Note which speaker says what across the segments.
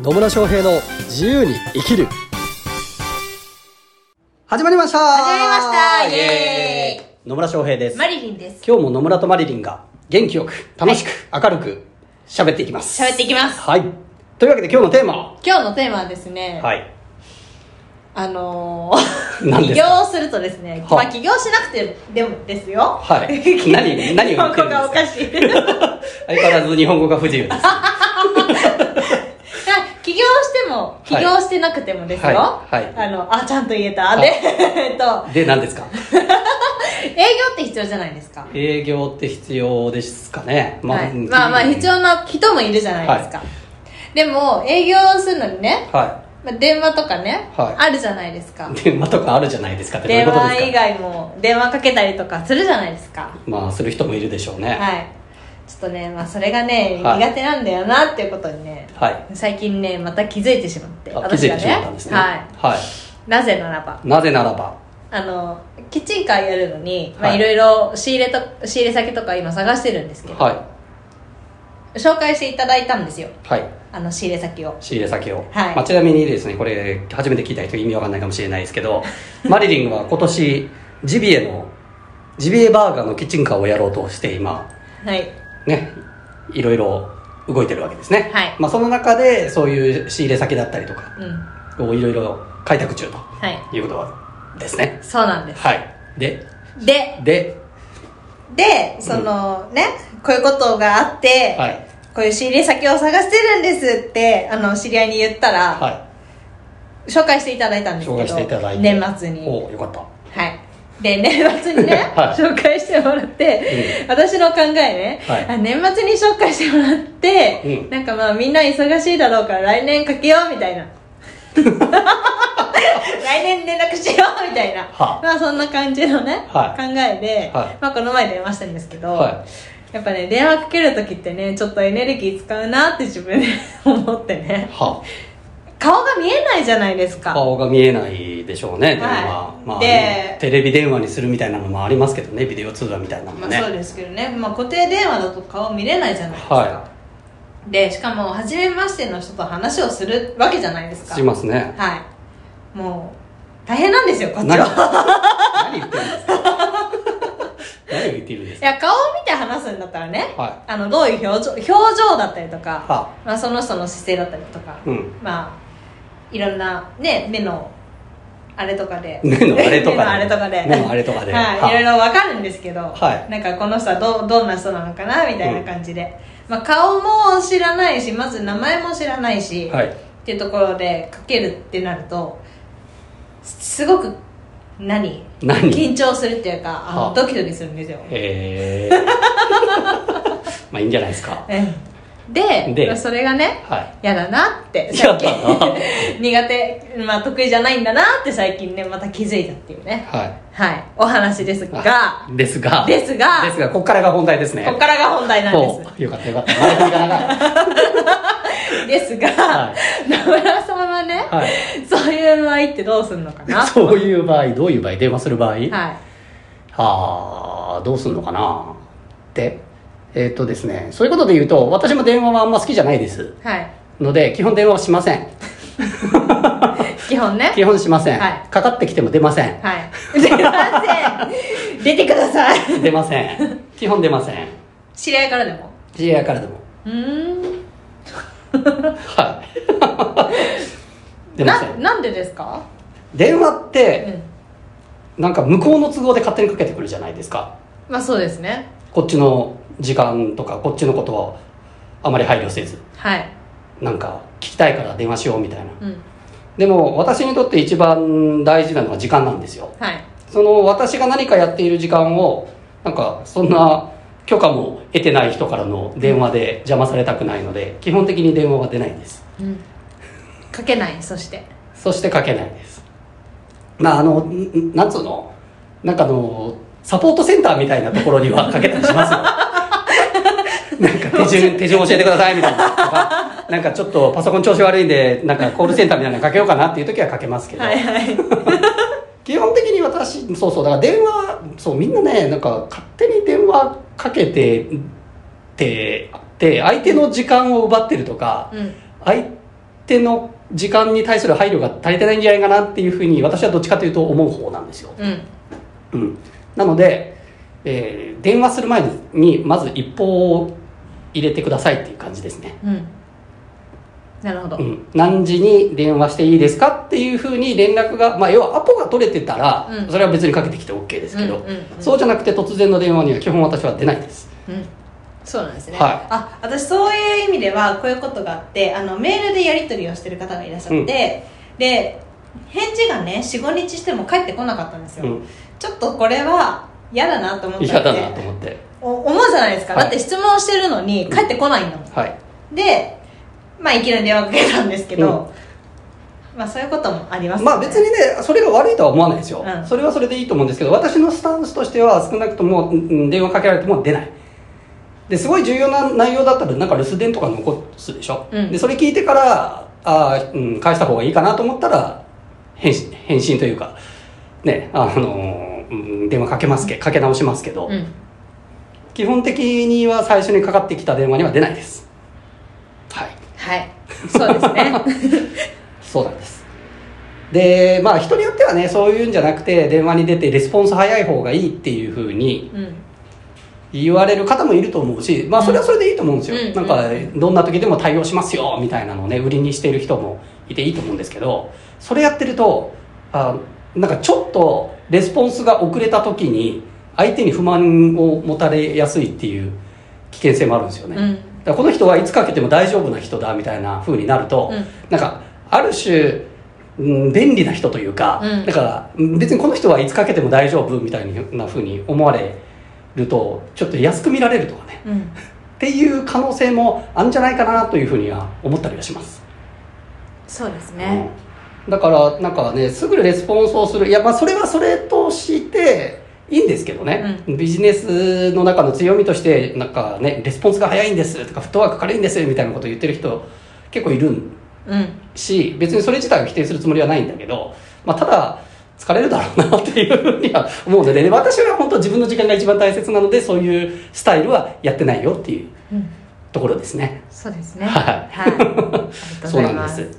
Speaker 1: 野村翔平の自由に生きる始まりました
Speaker 2: 始まりましたイエ
Speaker 1: ーイ野村翔平です
Speaker 2: マリリンです。
Speaker 1: 今日も野村とマリリンが元気よく楽しく、明るく喋っていきます
Speaker 2: 喋っていきます
Speaker 1: はいというわけで今日のテーマは
Speaker 2: 今日のテーマはですね、
Speaker 1: はい
Speaker 2: あの ー、
Speaker 1: 何です
Speaker 2: 起業
Speaker 1: か
Speaker 2: するとですね、
Speaker 1: は
Speaker 2: まあ起業しなくてでもですよ。
Speaker 1: はい 何何を言ってるんですか
Speaker 2: 日本語がお かしい。はい
Speaker 1: 相変わらず日本語が不自由です
Speaker 2: 起業しても、起業してなくてもですよ。
Speaker 1: はいはい
Speaker 2: あの、あ、ちゃんと言えた。
Speaker 1: はい
Speaker 2: で、 えっと、
Speaker 1: で何ですか
Speaker 2: 営業って必要じゃないですか。
Speaker 1: 営業って必要ですかねまあ、
Speaker 2: はい、まあまあ必要な人もいるじゃないですか。でも、営業するのにね、
Speaker 1: は
Speaker 2: まあ、電話とかね、
Speaker 1: はい
Speaker 2: あるじゃないですか。
Speaker 1: い電話とかあるじゃないですかってどういう
Speaker 2: 電
Speaker 1: ことです
Speaker 2: 話
Speaker 1: か
Speaker 2: 以外も電話かけたりとかするじゃないですか。
Speaker 1: まあする人もいるでしょうね
Speaker 2: はい。ちょっとね、まあそれがね、
Speaker 1: はい
Speaker 2: 苦手なんだよなっていうことにね、
Speaker 1: はい、
Speaker 2: 最近ね、また気づいてしまって、
Speaker 1: あ気づい
Speaker 2: が
Speaker 1: てしまったんですね
Speaker 2: は。
Speaker 1: はい
Speaker 2: なぜならば、
Speaker 1: いなぜならば
Speaker 2: あの、キッチンカーやるのに、ま
Speaker 1: は
Speaker 2: あ
Speaker 1: い
Speaker 2: いろいろ仕入れと、仕入れ先とか今探してるんですけど、
Speaker 1: は
Speaker 2: 紹介していただいたんですよ。
Speaker 1: いはい
Speaker 2: あの仕入れ先を。
Speaker 1: 仕入れ先を、
Speaker 2: はい
Speaker 1: まあ、ちなみにですねこれ初めて聞いた人意味わかんないかもしれないですけ どマリリンは今年ジビエのジビエバーガーのキッチンカーをやろうとして今
Speaker 2: はい。
Speaker 1: ねいろいろ動いてるわけですね、
Speaker 2: はい
Speaker 1: まあ、その中でそういう仕入れ先だったりとか
Speaker 2: うん。
Speaker 1: をいろいろ開拓中
Speaker 2: はい。
Speaker 1: ということですね
Speaker 2: そうなんです。
Speaker 1: はいで
Speaker 2: で、
Speaker 1: で
Speaker 2: で、そのね、こういうことがあって、
Speaker 1: はい
Speaker 2: こういう仕入れ先を探してるんですって、あの、知り合いに言ったら、
Speaker 1: は
Speaker 2: 紹介していただいたん
Speaker 1: い
Speaker 2: ですけ
Speaker 1: 紹
Speaker 2: ど
Speaker 1: 介していただいて
Speaker 2: 年末に
Speaker 1: おおよかった
Speaker 2: はいで年末にね、
Speaker 1: はい
Speaker 2: 紹介してもらって、私の考えね、
Speaker 1: はい
Speaker 2: あ年末に紹介してもらって、
Speaker 1: うん
Speaker 2: なんかまあみんな忙しいだろうから来年かけよう みたいな来年連絡しようみたいな、
Speaker 1: はあ
Speaker 2: まあそんな感じのね、
Speaker 1: は
Speaker 2: 考えで、
Speaker 1: はい
Speaker 2: まあこの前電話したんですけど、
Speaker 1: は
Speaker 2: やっぱね電話かける時ってねちょっとエネルギー使うなって自分で 思ってね
Speaker 1: は
Speaker 2: 顔が見えないじゃないですか
Speaker 1: 顔が見えないでしょうね、電話
Speaker 2: はい
Speaker 1: まあ、
Speaker 2: で
Speaker 1: ねテレビ電話にするみたいなのもありますけどねビデオ通話みたいなのも
Speaker 2: まあ、
Speaker 1: ね、
Speaker 2: そうですけどね、まあ、固定電話だと顔見れないじゃないですか、
Speaker 1: は
Speaker 2: でしかも初めましての人と話をするわけじゃないですか
Speaker 1: しますね
Speaker 2: はいもう大変なんですよこっち
Speaker 1: 何
Speaker 2: は
Speaker 1: 何言ってるんですか何を言っているんです
Speaker 2: い
Speaker 1: か
Speaker 2: や顔を見て話すんだったらね、
Speaker 1: は
Speaker 2: あのどういう表情表情だったりとか、
Speaker 1: は
Speaker 2: まあ、その人の姿勢だったりとか、
Speaker 1: うん
Speaker 2: まあいろんなね目のあれとかで
Speaker 1: 目のあれとかで
Speaker 2: 目のあれとかで
Speaker 1: 目のあれとかでは
Speaker 2: はいい、いろいろわかるんですけど、
Speaker 1: はい
Speaker 2: なんかこの人はどうどんな人なのかなみたいな感じで、まあ、顔も知らないしまず名前も知らないし、
Speaker 1: はい
Speaker 2: っていうところでかけるってなるとすすごく何
Speaker 1: 何
Speaker 2: 緊張するっていうかあの
Speaker 1: は
Speaker 2: ドキドキするんですよ、
Speaker 1: ええ まあいいんじゃないですか
Speaker 2: うんで
Speaker 1: で
Speaker 2: まあそれがね
Speaker 1: はい
Speaker 2: 嫌だなって
Speaker 1: 嫌
Speaker 2: 最
Speaker 1: だ
Speaker 2: 近
Speaker 1: な
Speaker 2: 苦手、まあ、得意じゃないんだなって最近ねまた気づいたっていうね
Speaker 1: はい
Speaker 2: はいお話ですが
Speaker 1: あですが
Speaker 2: ですが
Speaker 1: ですがここからが本題ですね
Speaker 2: ここからが本題なんです
Speaker 1: ほうよかったよかった前振りが長い
Speaker 2: ですが、
Speaker 1: は
Speaker 2: 野村さんはね、
Speaker 1: はい
Speaker 2: そういう場合ってどうするのかなは
Speaker 1: そういう場合どういう場合電話する場合
Speaker 2: い
Speaker 1: はあどうすんのかなってえっ、とですねそういうことで言うと私も電話はあんま好きじゃないです
Speaker 2: はい
Speaker 1: ので基本電話をしません
Speaker 2: 基本ね
Speaker 1: 基本しません、
Speaker 2: はい
Speaker 1: かかってきても出ません
Speaker 2: はい 出ません出てください
Speaker 1: 出ません基本出ません
Speaker 2: 知り合いからでも
Speaker 1: 知り合いからでも
Speaker 2: うーん
Speaker 1: はい 出ませ
Speaker 2: なんなんでですか、
Speaker 1: 電話っ
Speaker 2: う
Speaker 1: て
Speaker 2: ん、
Speaker 1: なんか向こうの都合で勝手にかけてくるじゃないですか
Speaker 2: まあそうですね
Speaker 1: こっちの時間とかこっちのことをあまり配慮せず
Speaker 2: はい
Speaker 1: なんか聞きたいから電話しようみたいな
Speaker 2: うん
Speaker 1: でも私にとって一番大事なのは時間なんですよ
Speaker 2: はい
Speaker 1: その私が何かやっている時間をなんかそんな許可も得てない人からの電話で邪魔されたくないので基本的に電話は出ないんです
Speaker 2: うんかけないそして
Speaker 1: そしてかけないですまああのんんなんつうのなんかあのサポートセンターみたいなところにはかけたりしますよ なんか手順 手順教えてくださいみたいなとかなんかちょっとパソコン調子悪いんでなんかコールセンターみたいなのかけようかなっていう時はかけますけど、
Speaker 2: は いはい
Speaker 1: 基本的に私そうそうだから電話そうみんなねなんか勝手に電話かけてってで相手の時間を奪ってるとか
Speaker 2: うん
Speaker 1: 相手の時間に対する配慮が足りてないんじゃないかなっていうふうに私はどっちかというと思う方なんですよ、
Speaker 2: うん
Speaker 1: うん、なので、えー電話する前にまず一報を入れてくださいっていう感じですね
Speaker 2: うんなるほど、
Speaker 1: う
Speaker 2: うん
Speaker 1: ん、何時に電話していいですかっていうふうに連絡が、まあ、要はアポが取れてたら、
Speaker 2: うん
Speaker 1: それは別にかけてきて OK ですけど、
Speaker 2: うんうんうん
Speaker 1: そうじゃなくて突然の電話には基本私は出ないです
Speaker 2: そうなんですね、
Speaker 1: はい
Speaker 2: あ私そういう意味ではこういうことがあってあのメールでやり取りをしてる方がいらっしゃって、
Speaker 1: うん
Speaker 2: で返事がね45日しても返ってこなかったんですよ、
Speaker 1: うん
Speaker 2: ちょっとこれは嫌だなと思った
Speaker 1: 嫌
Speaker 2: ん
Speaker 1: だなと
Speaker 2: で
Speaker 1: 思って
Speaker 2: お思うじゃないですか、
Speaker 1: はい
Speaker 2: だって質問してるのに返ってこないんだもん、
Speaker 1: はい
Speaker 2: でまあいきなり電話かけたんですけど、まあそういうこともあります、
Speaker 1: まあ別にねそれが悪いとは思わないですよ、
Speaker 2: うん
Speaker 1: それはそれでいいと思うんですけど私のスタンスとしては少なくともうんうん電話かけられても出ないですごい重要な内容だったらなんか留守電とか残すでしょ、
Speaker 2: うん
Speaker 1: でそれ聞いてからあー、うん、返した方がいいかなと思ったら返信返信というかねあのーうん電話かけますけかけ直しますけど、
Speaker 2: うん
Speaker 1: 基本的には最初にかかってきた電話には出ないですはい
Speaker 2: はいそうですね
Speaker 1: そうなんですでまあ人によってはねそういうんじゃなくて電話に出てレスポンス早い方がいいっていうふうに
Speaker 2: うん
Speaker 1: 言われる方もいると思うしまあそれはそれでいいと思うんですよ、
Speaker 2: うん
Speaker 1: なんかどんな時でも対応しますよみたいなのをね売りにしている人もいていいと思うんですけどそれやってるとあなんかちょっとレスポンスが遅れた時に相手に不満を持たれやすいっていう危険性もあるんですよね、
Speaker 2: うん
Speaker 1: だからこの人はいつかけても大丈夫な人だみたいな風になると、
Speaker 2: うん
Speaker 1: なんかある種、うん、便利な人というか、
Speaker 2: うん
Speaker 1: だからうん別にこの人はいつかけても大丈夫みたいな風に思われるとちょっと安く見られるとかね
Speaker 2: うん
Speaker 1: っていう可能性もあるんじゃないかなという風には思ったりはします。
Speaker 2: そうですね、
Speaker 1: うんだからなんかねすぐレスポンスをするいやまあそれはそれとしていいんですけどね、ビジネスの中の強みとしてなんかねレスポンスが早いんですとかフットワーク軽いんですみたいなことを言ってる人結構いる
Speaker 2: うん
Speaker 1: し別にそれ自体を否定するつもりはないんだけど、まあ、ただ疲れるだろうなっていうふうには思うので、ね、私は本当自分の時間が一番大切なのでそういうスタイルはやってないよっていう
Speaker 2: うん
Speaker 1: ところですね。
Speaker 2: そうですね。
Speaker 1: はい
Speaker 2: はい。ありがとうご
Speaker 1: そう
Speaker 2: ざ
Speaker 1: ない
Speaker 2: ま
Speaker 1: ん
Speaker 2: す。
Speaker 1: です。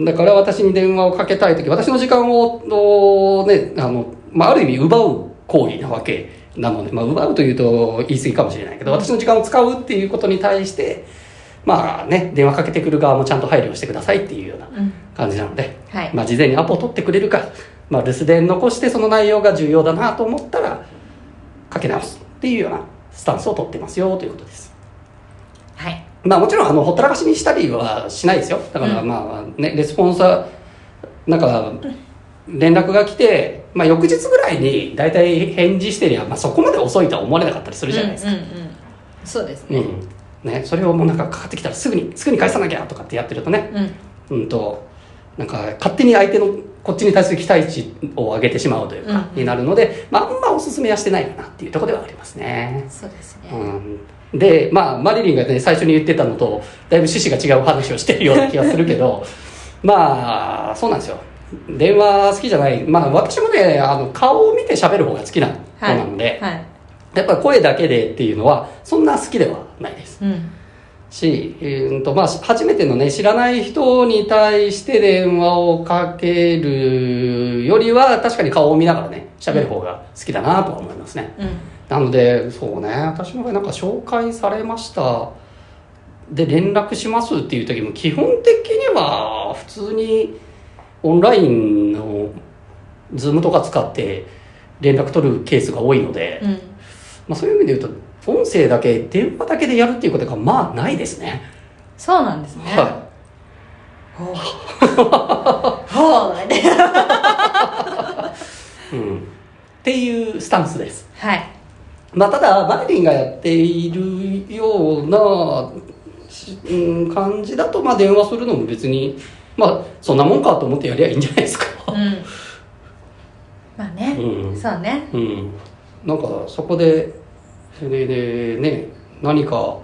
Speaker 1: だから私に電話をかけたいとき、私の時間を、ね、あの、まあ、ある意味奪う行為なわけなので、まあ、奪うというと言い過ぎかもしれないけど、私の時間を使うっていうことに対して、まあね、電話かけてくる側もちゃんと配慮してくださいっていうような
Speaker 2: うん。
Speaker 1: 感じなので、
Speaker 2: はい。
Speaker 1: まあ、事前にアポを取ってくれるか、まあ、留守電残してその内容が重要だなと思ったら、かけ直すっていうようなスタンスを取ってますよということです。
Speaker 2: はい。
Speaker 1: まあもちろんあのほったらかしにしたりはしないですよだから
Speaker 2: う
Speaker 1: まあねレスポンサーなんか連絡が来て、まあ、翌日ぐらいに大体返事してりゃ、まあ、そこまで遅いとは思われなかったりするじゃないですか、
Speaker 2: うんうんうん。そうです
Speaker 1: うん
Speaker 2: ね。
Speaker 1: ね、それをもうなんかかかってきたらすぐにすぐに返さなきゃとかってやってるとね
Speaker 2: うん。
Speaker 1: うんとなんか勝手に相手のこっちに対する期待値を上げてしまうというか、
Speaker 2: うん
Speaker 1: になるので、まあ、あんまおすすめはしてないかなっていうところではありますね
Speaker 2: そうですね。
Speaker 1: うんで、まあ、マリリンがね、最初に言ってたのと、だいぶ趣旨が違う話をしてるような気がするけど、 まあ、そうなんですよ。電話好きじゃない。まあ、私もね、あの、顔を見て喋る方が好きな方
Speaker 2: はい。
Speaker 1: なので、
Speaker 2: はい。
Speaker 1: やっぱり声だけでっていうのは、そんな好きではないです。
Speaker 2: うん。
Speaker 1: し、うーんと、まあ、初めてのね、知らない人に対して電話をかけるよりは、確かに顔を見ながらね、喋る方が好きだなとは思いますね。
Speaker 2: うん。
Speaker 1: なのでそうね私の場合なんか紹介されましたで連絡しますっていう時も基本的には普通にオンラインの Zoom とか使って連絡取るケースが多いので、
Speaker 2: うん。
Speaker 1: まあ、そういう意味で言うと音声だけ電話だけでやるっていうことがまあないですね。
Speaker 2: そうなんですね。
Speaker 1: は
Speaker 2: ほう。 ほう。
Speaker 1: いうん、っていうスタンスです。
Speaker 2: はい。
Speaker 1: まあ、ただマリリンがやっているような、しうん、感じだと、まあ、電話するのも別に、まあ、そんなもんかと思ってやりゃいいんじゃないですか。
Speaker 2: うん。まあね。
Speaker 1: うん
Speaker 2: そうね。
Speaker 1: うん、なんかそこでそれでね何か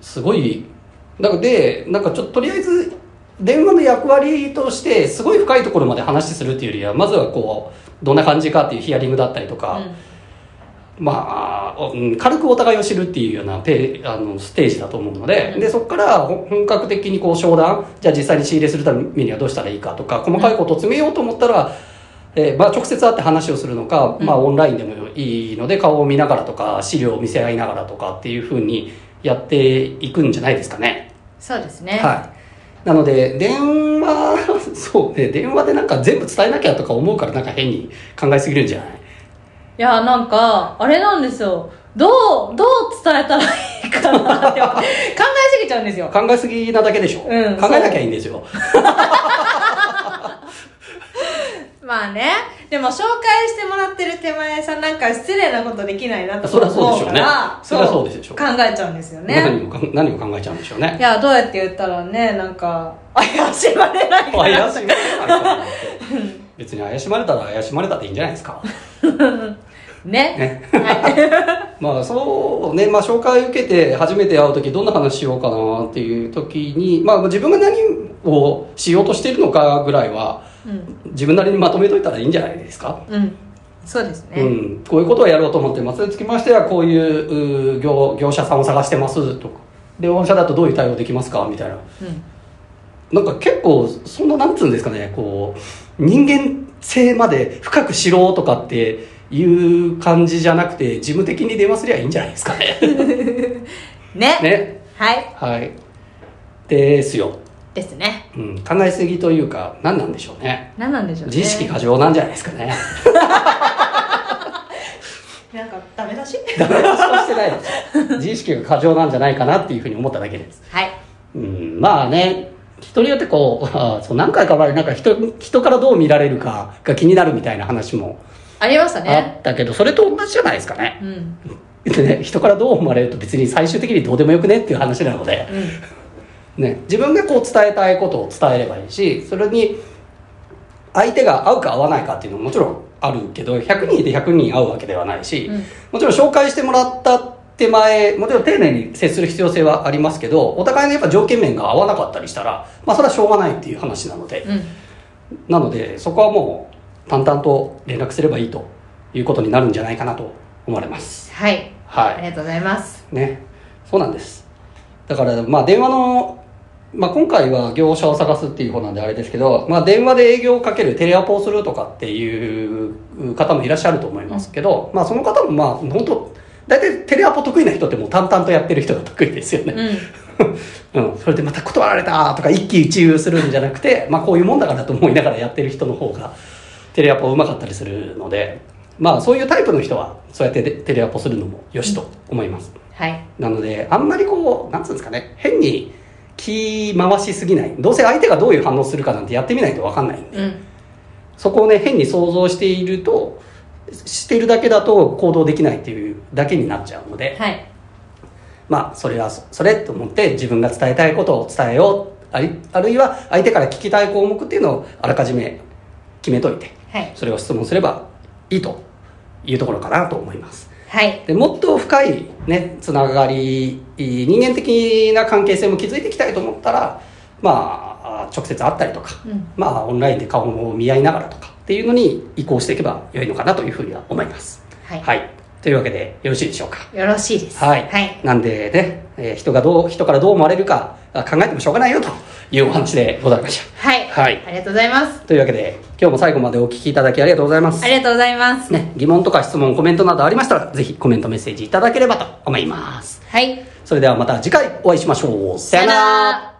Speaker 1: すごいなんかでなんかちょっととりあえず電話の役割としてすごい深いところまで話するっていうよりはまずはこうどんな感じかっていうヒアリングだったりとか、まあ、うん軽くお互いを知るっていうようなペあのステージだと思うので,、
Speaker 2: うん
Speaker 1: でそこからほ本格的にこう商談じゃあ実際に仕入れするためにはどうしたらいいかとか細かいことを詰めようと思ったら、えーまあ、直接会って話をするのか、
Speaker 2: うん
Speaker 1: まあ、オンラインでもいいので顔を見ながらとか資料を見せ合いながらとかっていうふうにやっていくんじゃないですかね。
Speaker 2: そうですね、
Speaker 1: はい、なので電話 そうね電話でなんか全部伝えなきゃとか思うからなんか変に考えすぎるんじゃない
Speaker 2: いやなんかあれなんですよどうどう伝えたらいいかなって 考えすぎちゃうんですよ
Speaker 1: 考えすぎなだけでしょ、
Speaker 2: うん
Speaker 1: 考えなきゃいいんですよ
Speaker 2: まあねでも紹介してもらってる手前さんなんか失礼なことできないなと
Speaker 1: そりゃそうでしょ
Speaker 2: 思う
Speaker 1: う
Speaker 2: か
Speaker 1: ね
Speaker 2: ら
Speaker 1: そりゃそうでしょう
Speaker 2: 考えちゃうんですよ
Speaker 1: 何
Speaker 2: ね
Speaker 1: をか何を考えちゃうんでしょう
Speaker 2: い
Speaker 1: ね
Speaker 2: やどうやって言ったらねなんか怪しまれないか
Speaker 1: 怪
Speaker 2: な
Speaker 1: しまれないかなって別に怪しまれたら怪しまれたっていいんじゃないですか
Speaker 2: ね
Speaker 1: ね
Speaker 2: はい
Speaker 1: まあそうね、まあ、紹介受けて初めて会う時どんな話しようかなっていう時に、まあ、自分が何をしようとしてるのかぐらいは
Speaker 2: うん、
Speaker 1: 自分なりにまとめといたらいいんじゃないですか
Speaker 2: うん、そうですね、
Speaker 1: うん、こういうことをやろうと思ってますつきましてはこういうう業業者さんを探してますとかで御社だとどういう対応できますかみたいな
Speaker 2: うん
Speaker 1: なんか結構そんななんつうんですかねこう人間性まで深く知ろうとかっていう感じじゃなくて事務的に電話すりゃいいんじゃないですか ね
Speaker 2: ね
Speaker 1: ね
Speaker 2: はい
Speaker 1: はいですよ、
Speaker 2: ですね
Speaker 1: うん、考えすぎというか何なんでしょうね
Speaker 2: 何なんでしょうね
Speaker 1: 自意識過剰なんじゃないですかね
Speaker 2: なんかダメだし
Speaker 1: ダメ出しをしてないです自意識が過剰なんじゃないかなっていうふうに思っただけです
Speaker 2: はい
Speaker 1: うん、まあね人によってこう あーそう何回か前になんか人人からどう見られるかが気になるみたいな話も
Speaker 2: ありました
Speaker 1: あ
Speaker 2: ね
Speaker 1: ったけど、それと同じじゃないですかね
Speaker 2: うんうん
Speaker 1: でね人からどう思われると別に最終的にどうでもよくねっていう話なので、ね、自分がこう伝えたいことを伝えればいいしそれに相手が合うか合わないかっていうのももちろんあるけど100人いて100人合うわけではないし、
Speaker 2: うん
Speaker 1: もちろん紹介してもらった手前もちろん丁寧に接する必要性はありますけどお互いのやっぱ条件面が合わなかったりしたら、まあ、それはしょうがないっていう話なので、
Speaker 2: うん
Speaker 1: なのでそこはもう淡々と連絡すればいいということになるんじゃないかなと思われます。
Speaker 2: はい
Speaker 1: はい
Speaker 2: ありがとうございます
Speaker 1: ねそうなんですだからまあ電話の、まあ、今回は業者を探すっていう方なんであれですけど、まあ、電話で営業をかけるテレアポをするとかっていう方もいらっしゃると思いますけど、まあその方もまあ本当大体テレアポ得意な人ってもう淡々とやってる人が得意ですよ
Speaker 2: う
Speaker 1: ね、
Speaker 2: ん
Speaker 1: うんそれでまた断られたとか一喜一憂するんじゃなくて、まあ、こういうもんだからと思いながらやってる人の方がテレアポうまかったりするのでまあそういうタイプの人はそうやってでテレアポするのもよしと思います、
Speaker 2: はい
Speaker 1: なのであんまりこうなんつうんですかね変に気回しすぎないどうせ相手がどういう反応するかなんてやってみないと分かんないんで
Speaker 2: うん
Speaker 1: そこをね変に想像しているとししているだけだと行動できないっていうだけになっちゃうので、
Speaker 2: はい
Speaker 1: まあそれはそそれと思って自分が伝えたいことを伝えようありあるいは相手から聞きたい項目っていうのをあらかじめ決めといて
Speaker 2: はい
Speaker 1: それを質問すればいいというところかなと思います。
Speaker 2: はい
Speaker 1: でもっと深いねつながり人間的な関係性も築いていきたいと思ったらまあ直接会ったりとか、
Speaker 2: うん
Speaker 1: まあオンラインで顔を見合いながらとかっていうのに移行していけば良いのかなというふうには思います
Speaker 2: はい、
Speaker 1: はいというわけでよろしいでしょうか
Speaker 2: よろしいです
Speaker 1: はい、
Speaker 2: はい、
Speaker 1: なんでね、えー人がどう人からどう思われるかあ考えてもしょうがないよというお話でございまし
Speaker 2: はい
Speaker 1: はい
Speaker 2: ありがとうございます
Speaker 1: たというわけで今日も最後までお聞きいただきありがとうございます
Speaker 2: ありがとうございます、
Speaker 1: ね、疑問とか質問コメントなどありましたらぜひコメントメッセージいただければと思います
Speaker 2: はい
Speaker 1: それではまた次回お会いしましょう。さよなら。